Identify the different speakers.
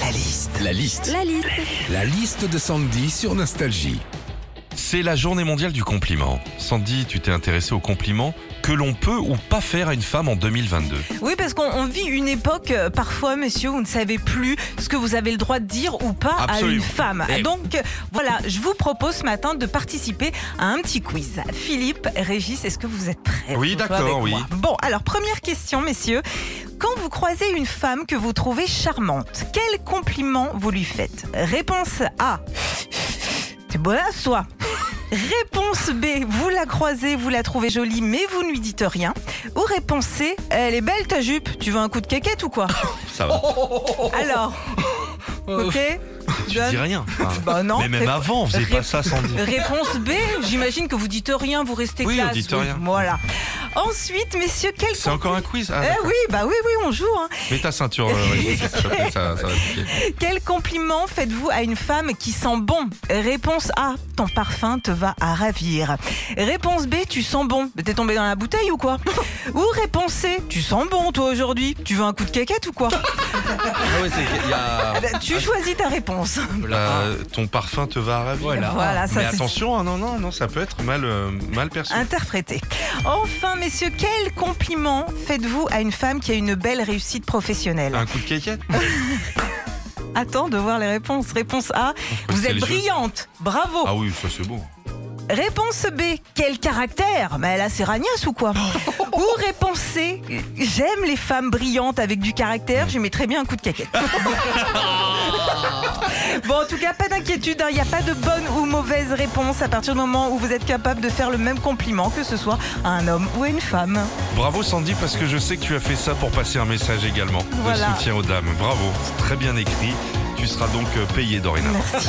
Speaker 1: La liste.
Speaker 2: La liste.
Speaker 3: La liste.
Speaker 1: La liste de Sandy sur Nostalgie.
Speaker 4: C'est la journée mondiale du compliment. Sandy, tu t'es intéressée aux compliments que l'on peut ou pas faire à une femme en 2022.
Speaker 5: Oui, parce qu'on on vit une époque, euh, parfois, messieurs, vous ne savez plus ce que vous avez le droit de dire ou pas à une
Speaker 4: Absolument.
Speaker 5: femme.
Speaker 4: Eh.
Speaker 5: Donc, euh, voilà, je vous propose ce matin de participer à un petit quiz. Philippe, Régis, est-ce que vous êtes prêts
Speaker 4: Oui,
Speaker 5: Vous jouez
Speaker 4: d'accord,
Speaker 5: avec
Speaker 4: oui.
Speaker 5: moi Bon, alors, première question, messieurs. Quand vous croisez une femme que vous trouvez charmante, quel compliment vous lui faites Réponse A. T'es bonasse, toi Réponse B, vous la croisez, vous la trouvez jolie, mais vous ne lui dites rien. Ou réponse C, elle est belle ta jupe, tu veux un coup de caquette ou quoi
Speaker 4: Ça va.
Speaker 5: Oh, Alors, ok
Speaker 4: Oh. tu
Speaker 5: John
Speaker 4: dis rien. Enfin,
Speaker 5: Bah non.
Speaker 4: mais même avant, on faisait
Speaker 5: ré-
Speaker 4: pas ça, Sandy.
Speaker 5: Réponse B, j'imagine que vous dites rien, vous restez
Speaker 4: Oui, on
Speaker 5: classe.
Speaker 4: dit rien.
Speaker 5: Voilà. Ensuite, messieurs, quel
Speaker 4: C'est
Speaker 5: compli-
Speaker 4: encore un quiz Ah,
Speaker 5: Eh
Speaker 4: d'accord.
Speaker 5: oui, bah oui, oui, on joue. hein.
Speaker 4: Mets ta ceinture, euh, Régis, s'il te plaît, ça, ça va piquer.
Speaker 5: Quel compliment faites-vous à une femme qui sent bon Réponse A, ton parfum te va à ravir. Réponse B, tu sens bon. Mais T'es tombé dans la bouteille ou quoi Ou réponse C, tu sens bon toi aujourd'hui. Tu veux un coup de caquette ou quoi
Speaker 2: Ah ouais, c'est qu'il y a.
Speaker 5: Eh ben, Tu choisis ta réponse.
Speaker 4: Euh, ton parfum te va à ravir.
Speaker 2: Voilà.
Speaker 5: Voilà, ça
Speaker 4: mais
Speaker 5: c'est
Speaker 4: attention, hein, non, non, non, ça peut être mal, euh, mal perçu.
Speaker 5: interprété. Enfin, messieurs, quel compliment faites-vous à une femme qui a une belle réussite professionnelle
Speaker 4: Un coup de caquette
Speaker 5: Attends de voir les réponses. Réponse A, vous
Speaker 4: c'est
Speaker 5: êtes
Speaker 4: les jeux.
Speaker 5: brillante, bravo.
Speaker 4: Ah oui, ça c'est beau.
Speaker 5: Réponse B, quel caractère Mais elle a ses ragnas ou quoi Ou réponse C, j'aime les femmes brillantes avec du caractère, je lui mettrais bien un coup de caquette. bon, en tout cas, pas d'inquiétude, hein, il n'y a pas de bonne ou mauvaise réponse à partir du moment où vous êtes capable de faire le même compliment, que ce soit à un homme ou à une femme.
Speaker 4: Bravo Sandy parce que je sais que tu as fait ça pour passer un message également
Speaker 5: Voilà.
Speaker 4: de soutien aux dames. Bravo, c'est très bien écrit. Tu seras donc euh, payé dorénavant.
Speaker 5: Merci.